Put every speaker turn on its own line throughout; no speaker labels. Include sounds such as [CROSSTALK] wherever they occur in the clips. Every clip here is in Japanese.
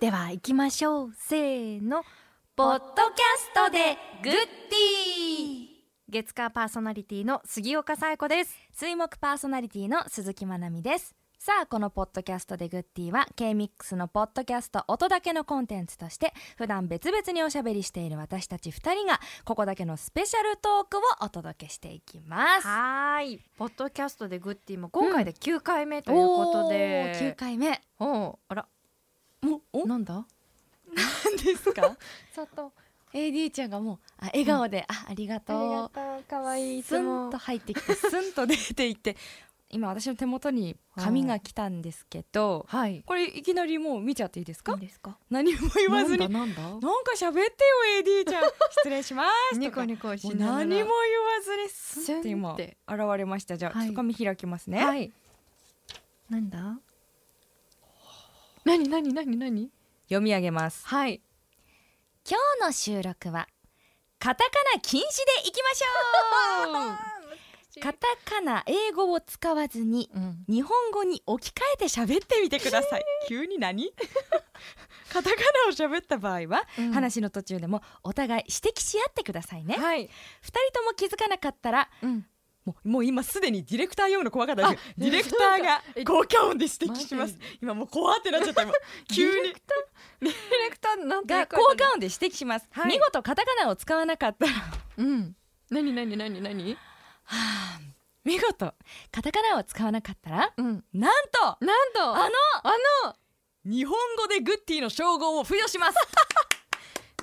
では行きましょうせーの
ポッドキャストでグッディ
月火パーソナリティの杉岡紗友子です
水木パーソナリティの鈴木まなみですさあこのポッドキャストでグッディは K-MIX のポッドキャスト音だけのコンテンツとして普段別々におしゃべりしている私たち2人がここだけのスペシャルトークをお届けしていきます
はーいポッドキャストでグッディも今回で9回目ということで、
9回目
おうあら
もお
なんだ
何ですか
ちょっと
AD ちゃんがもうあ笑顔で、あありがとう
とうかわい
スンと入ってき
[LAUGHS]
てスンと出ていって今私の手元に紙が来たんですけど
はい
これいきなりもう見ちゃっていいですか
ですか
何も言わずになんか
なんだなんだ
喋ってよ AD ちゃん失礼します
ニ
と
コ
かも
ニコし
う
ながら
何も言わずにスンって今
スンっ
現
て
れましたじゃあ、
はい
ちょっと紙開きますね、
はいなんだ何何何何
読み上げます
はい
今日の収録はカタカナ禁止でいきまし
[LAUGHS]
ょカタカナ英語を使わずに
うん
日本語に置き換えて喋ってみてください急に何 [LAUGHS] カタカナを喋った場合は、
うん
話の途中でもお互い指摘し合ってくださいね
はい
二人とも気づかなかったら
うん
もうもう今すでにディレクター用の怖かったです
あ
ディレクタ
[LAUGHS]
ーが
え
効果音で指摘しま
マ
す今もう怖ってなっちゃった
[LAUGHS]
今急に
ディレクターなんて
が効果音で指摘します、
はい
見事カタカナを使わなかったら
うん何何何何
見事カタカナを使わなかったら
うん
なんと
なんと
あの
あの
日本語でグッティの称号を付与します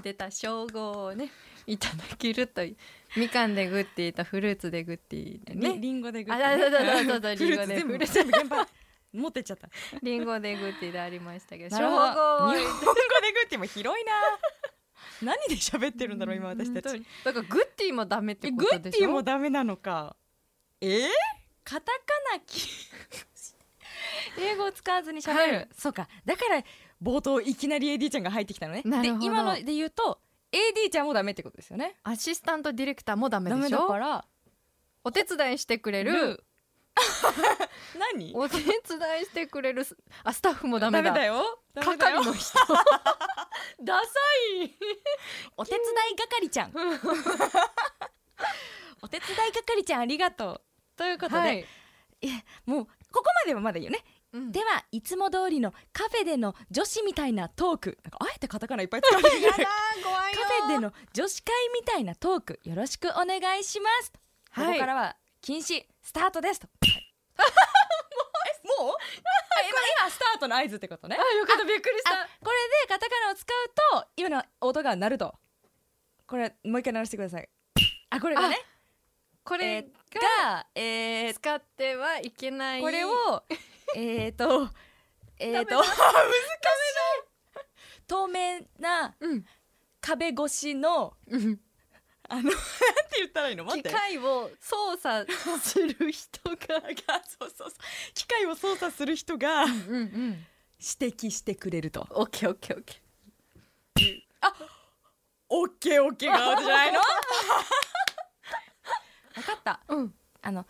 出た称号をねいただけるというみかんでグッティとフルーツでグッティで [LAUGHS] ね
リンゴでグ
あそうそう
[LAUGHS]
そう
フル
そう
ーツ
リン
全
ゴ
部
で
全部現場持ってっ
[LAUGHS]
ちゃった
リンゴでグッティでありましたけど
な
称
るほど
号を
日本語でグッティも広いな [LAUGHS] 何で喋ってるんだろう今私た
本当
ち
にだからグッティもダメって
え
こ
グ
と
ッ
で
テ
し
ィ
ょ
もダメなのかえー、カタカナき [LAUGHS] 英語を使わずに喋る、
はい
そうかだから冒頭いきなり AD ちゃんが入ってきたのね
な
で
るほど
今ので言うと AD ちゃんもダメってことですよね
アシスタントディレクターもダメ
ダ
で
メ
し
だか
ょ
ら
お手伝いしてくれる
[LAUGHS] ル何
お手伝いしてくれるスあスタッフもダメ
ダメ
だ
だよダメだよ
係の人ダサい
[LAUGHS] お手伝い係ちゃん [LAUGHS] お手伝い係ちゃんありがとうということで、
はい
もうここまではまだいいよね
うん
ではいつも通りのカフェでの女子みたいなトークなんかあえてカタカナいっぱい使って [LAUGHS] るカ
怖い
フェでの女子会みたいなトークよろしくお願いします、
はい
ここからは禁止スタートですともうもうあ今今スタートの合図ってことね
あよかったびっくりし
あこれでカタカナを使うと今の音が鳴るとこれもう一回鳴らしてくださいあこれがね
これ
がえー、
使ってはいけない
これをえ [LAUGHS] っとえっと
ダメだ
難しい透明な
うん
壁越しの
うん
あのなんて言ったらいいの
機械を操作する人が
そうそうそう機械を操作する人が指
うんうん
摘してくれると
オッケーオッケーオッケー
オッケーオッケーがじゃ [LAUGHS] ないの分かった
うん
あの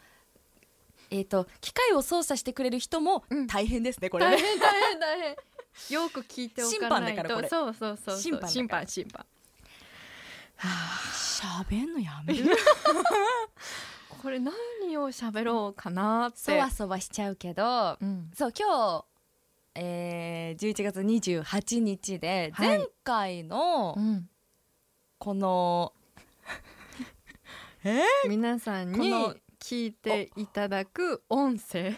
えっ、と機械を操作してくれる人も
うん
大変ですね、これ
大
ね
変大変大変よく聞いておかない
審判だからことれ
そうそうそうそう
審判だから
審判審判
喋んのやめる
これ何を喋ろうかなって
そわそわしちゃうけど
うん
そう今日、えー、11月28日で
はい
前回の
うん
この、
皆さん
こ
に
の
聞いていただく音声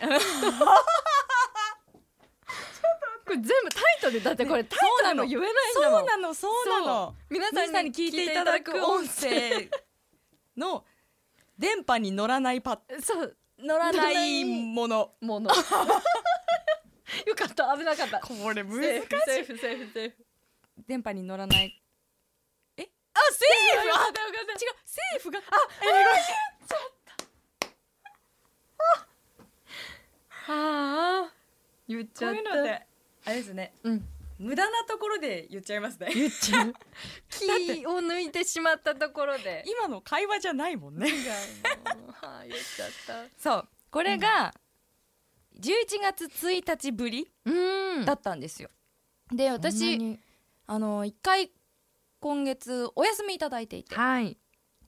これ全部タイトルだってこれタイトルも言えないんだもん
なのそうなの
皆
皆
さ
さ
ん
ん
に
に
聞
聞
い
い
て
て
い
い
た
た
だ
だ
く
く
音
音
声
声の電波に乗らないパ
そう
乗らないもの
もの [LAUGHS] よかった危なかった
これ
セーフセーフセーフセーフ
電波に乗らないえあセーフ
よか
あ
ったよかっ
違うセーフがあ
たああ言っち
こ
ゃ
う
っ
いう
た
のであれですね
うん
無駄なところで言っちゃいますね
言っちゃう気を抜いてしまったところで
今の会話じゃないもんね
違うのはい言っちゃった
そうこれが11月1日ぶり
[LAUGHS] うん
だったんですよ、で
そんな
私
に
あの一回今月お休みいただいていて
はい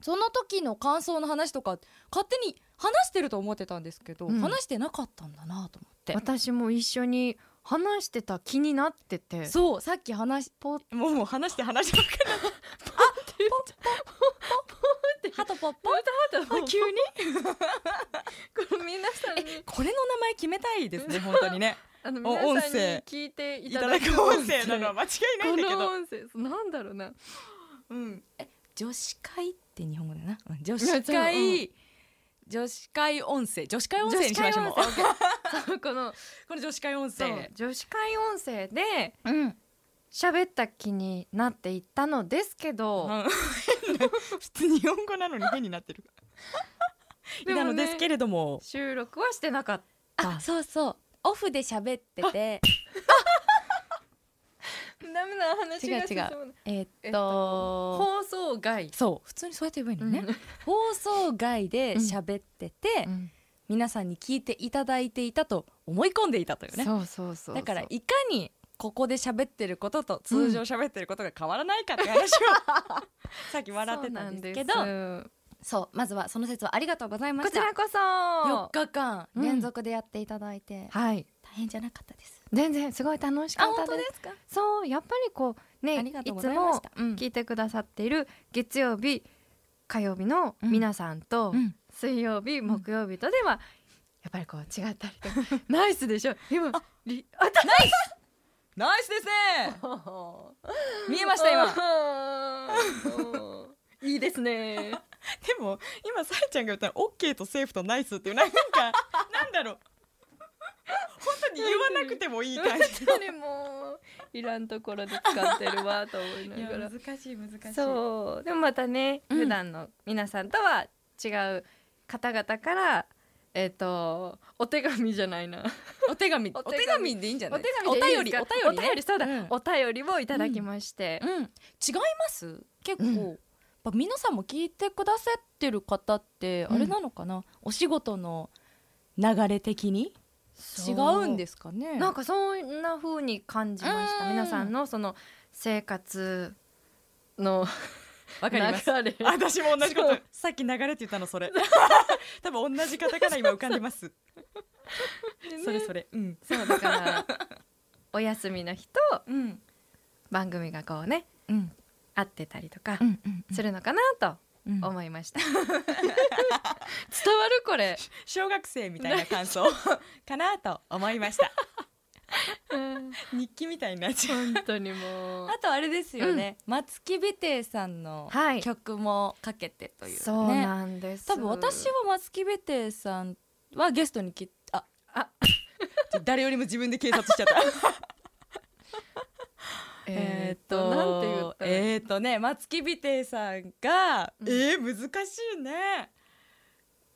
その時の感想の話とか勝手に話してると思ってたんですけど、
うん
話してなかったんだなと思って
私も一緒に話してた気になってて
そうさっき話ポもうもう話して話ばっかりハトポッポ
あ急にこの皆さんに
えこれの名前決めたいですね本当にね
あの
お
皆さ
音
んに
声
聞いてい
い
た
た
だ
だ
く
く音声なのは間違いないんだけ
この
ど、
音声なんだろうな
うん、え女子会って日本語だなうん女
いや
子
そう
会、女子会音声女子会音声にしましょうもう
女子会音声そうこの
この女子会音
そう
声
女子会音声で
うん
喋った気になっていったのですけど、
普通日本語なのに変になってる。
でもね
なのですけれども。
収録はしてなかった
あ、そうそう。オフで喋ってて、
ダメな話が進まない
違えっ
えっ
と、
放送外
そう、普通にそうやって言えばいいのね。放送外で喋ってて、
うん
皆さんに聞いていただいていたと思い込んでいたというね。
そうそうそう
だからいかにここで喋ってることと通常喋ってることが変わらないかって [LAUGHS] 話を、さっき笑ってたんですけど、
そ
そうう
なんで
まずはその説はありがとうございますし
こち
た。
らこ
4
そ
日間
うん
連続でやっていただいて、
はい
大変じゃなかったです。
全然すごい楽しかったです
すか。
そうやっぱりこうね
あ
い
りがと
つ
うございま
も
した。うん
聞いてくださっている月曜日火曜日の皆さんと、
うん
水曜日木曜日とでは、やっぱりこう違ったりとか [LAUGHS] ナイスでしょ今りあた [LAUGHS]
ナイスですね。見えました今。
[LAUGHS] 今いいですね
[LAUGHS] でも今さえちゃんが言ったらオッケーとセーフとナイスっていう
[LAUGHS]
なんかなんだろう本当に言わなくてもいい感じ
本当にもういらんところで使ってるわと思いながら
しい難し
そうでもまたね、
うん
普段の皆さんとは違う方々からえっ、とお手紙じゃないな
お手紙
お
お
手紙
手紙でいいんじゃない？
お手紙でいい
お便
です
り
か
お便りね
お便りそうだ、
うん
お便りをいただきまして、
うん違います。結構、
うん
やっぱ皆さんも聞いてくださってる方って
うん
あれなのかな？お仕事の流れ的に違うんですかね？
なんかそんな風に感じました、
うん
皆さんのその生活の
わ
流
かります
れ
[LAUGHS] 私も同じこと
そう
さっき流れって言ったの
[LAUGHS]
それ多分同じ方から今浮かんでますそれそれうん
そうだからお休みの日と
うん
番組がこうね
うん
合ってたりとか
うんうん
するのかなと
うん
思いました、 [LAUGHS] 伝わるこ
[LAUGHS]
れ
小学生みたいな感想かなと思いました
本
日記みたいになっちゃう
当にもう
あとあれですよね。松木美亭さんの
はい
曲もかけてというね。
そうなんです、
多分私は松木ベテさんはゲストにきあ [LAUGHS]
ちょ誰よりも自分で警察しちゃった
えーっとなんて言ったらいい
え
えっ、ー、とね松木美亭さんが、
うん
えー、難しいね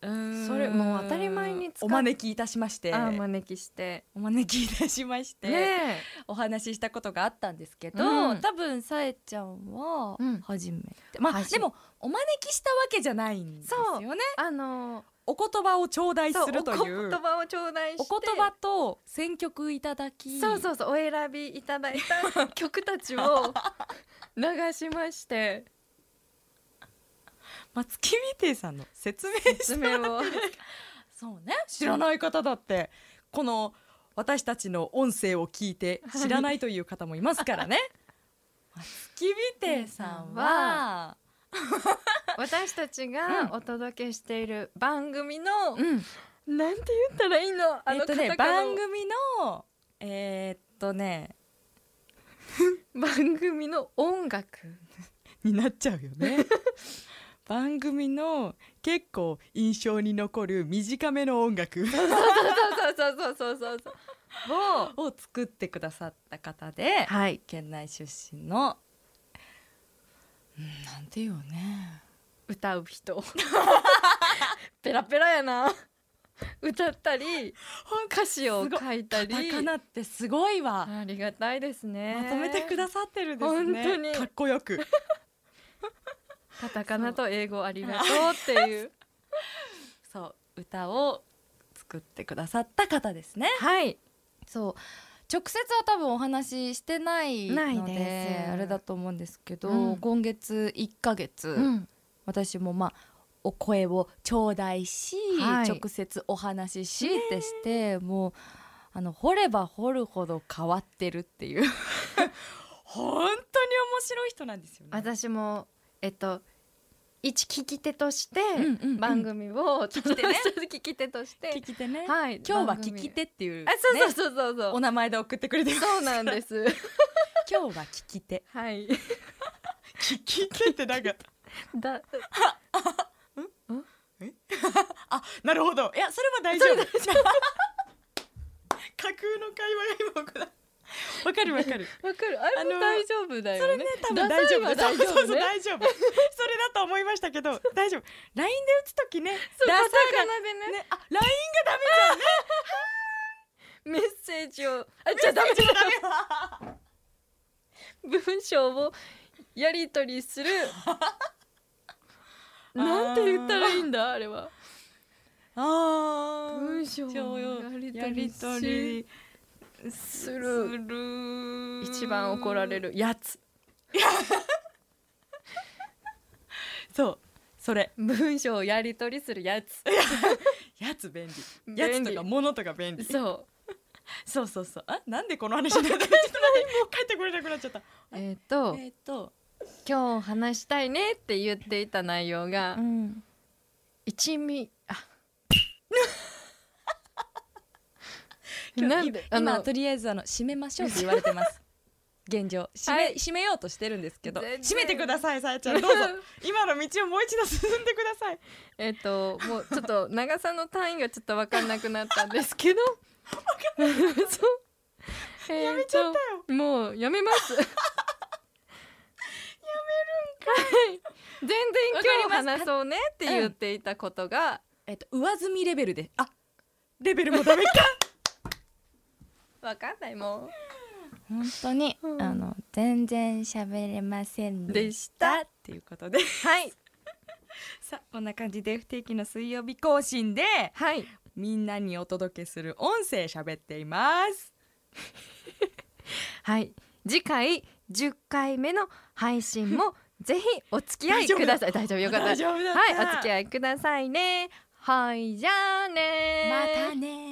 うーん
それもう当たり前に使
お
っ
招きいたしまして
あお招きして
お招きいたしまして、
ねえ
お話ししたことがあったんですけど、
うん
多分さえちゃんは
うん
初めて、まあ
初
でもお招きしたわけじゃないんですよね
あの
お言葉を頂戴
そう
するという
お言葉を頂戴して
お言葉と選曲いただき
そうそうそうお選びいただい
[LAUGHS]
た曲たち [LAUGHS] を流しまして
松木美亭さんの説明し
説明を
そうね
知らない方だってこの私たちの音声を聞いて知らないという方もいますから
[LAUGHS]
ね
松木美亭さんは、
私たちが
うん
お届けしている番組の、
うん、
なんて言ったらいいのあ
えっ
の
と
方
ね
々
番組のえー、っとね
番組の音楽
になっちゃうよ
[LAUGHS]
ね番組の結構印象に残る短めの音楽
そうそうそうそうそうそうを
を作ってくださった方で
はい
県内出身のうんなんていうね
歌う人 [LAUGHS] ペラペラやな歌ったり歌詞を書いた
カ
り
タカナってすごいわ、
ありがたいですね
まとめてくださってるですね
本当に
かっこよ [LAUGHS] く
カタカナと英語ありがとうっていう
そう歌を作ってくださった方ですね
[LAUGHS] はい
そう直接は多分お話ししてないので
ないです
あれだと思うんですけど、
うん
今月1ヶ月、
うん
私もまあお声を頂戴し、
はい
直接お話ししってして、もうあの掘れば掘るほど変わってるって
[LAUGHS]
いう
本当に面白い人なんですよね。
私もえっと一聞き手として
うんうんうん
番組を聞 [LAUGHS] き
手ね
聞き手として
聞き手ね。
はい
今日は
番
聞
組
き手っていう、
あそうそう
ね
そうそうそう、
お名前で送ってくれてる
そうなんです
今日は聞き [LAUGHS] 手
[LAUGHS] はい
聞き手って
[LAUGHS]
なんか、
だ
あ、なるほど。いや、それは大丈夫。 [LAUGHS] 架空の会話が今行わわかるわかる。
わかるあれ
あ
も
の
大丈夫だよね
それね多分大丈夫
ダサいは大丈夫ね
そうそうそう大丈夫それだと思いましたけど大丈夫 LINE で打つときね
そう
ダサい
カタカナでね
ねあ LINE がダメ
メッセージをあじゃあダメ
じゃんダメは
文章をやり取りする [LAUGHS] なんて言ったらいいんだあれは
あー
文章をや
や
り
り取
取り
り
す
す
る
る
一番怒られ
る
るや [LAUGHS] つ
そうそれ
文章をやり取りするやつ
やつ便
便利
利やつとか物とか便利
[LAUGHS] そう
そうそうそうあなんでこの話になったちょっと待って帰ってこれなくなっちゃった
えっ、と
えっと
今日話したいねって言っていた内容が
ん
一味あ
今
なんであ
今
の
とりあえずあの締めましょうって言われてます [LAUGHS] 現状締め、
はい
締めようとしてるんですけど
全然
閉めてくださいさえちゃ
[LAUGHS]
んどうぞ今の道をもう一度進んでください
えっ、ともうちょっと長さの単位がちょっと分かんなくなったんですけどそう、え
やめちゃったよ
たもうやめますやめるんかい全然今日話そうねって言っていたことが
えっと上積みレベルであ
レベルもダメか
分かんないも
[LAUGHS] 本当に、
うん
あの全然喋れません
う
で
で
し
した
っていうことで
[LAUGHS]
はい
さあこんな感じで不定期の水曜日更新で
はい
みんなにお届けする音声喋っています
はい、次回10回目の配信もぜひお付き合いください。大丈夫
[LAUGHS]
よかった。はい、
大丈夫だった
お付き合いくださいね。はい、じゃあね
ま
ー。
たね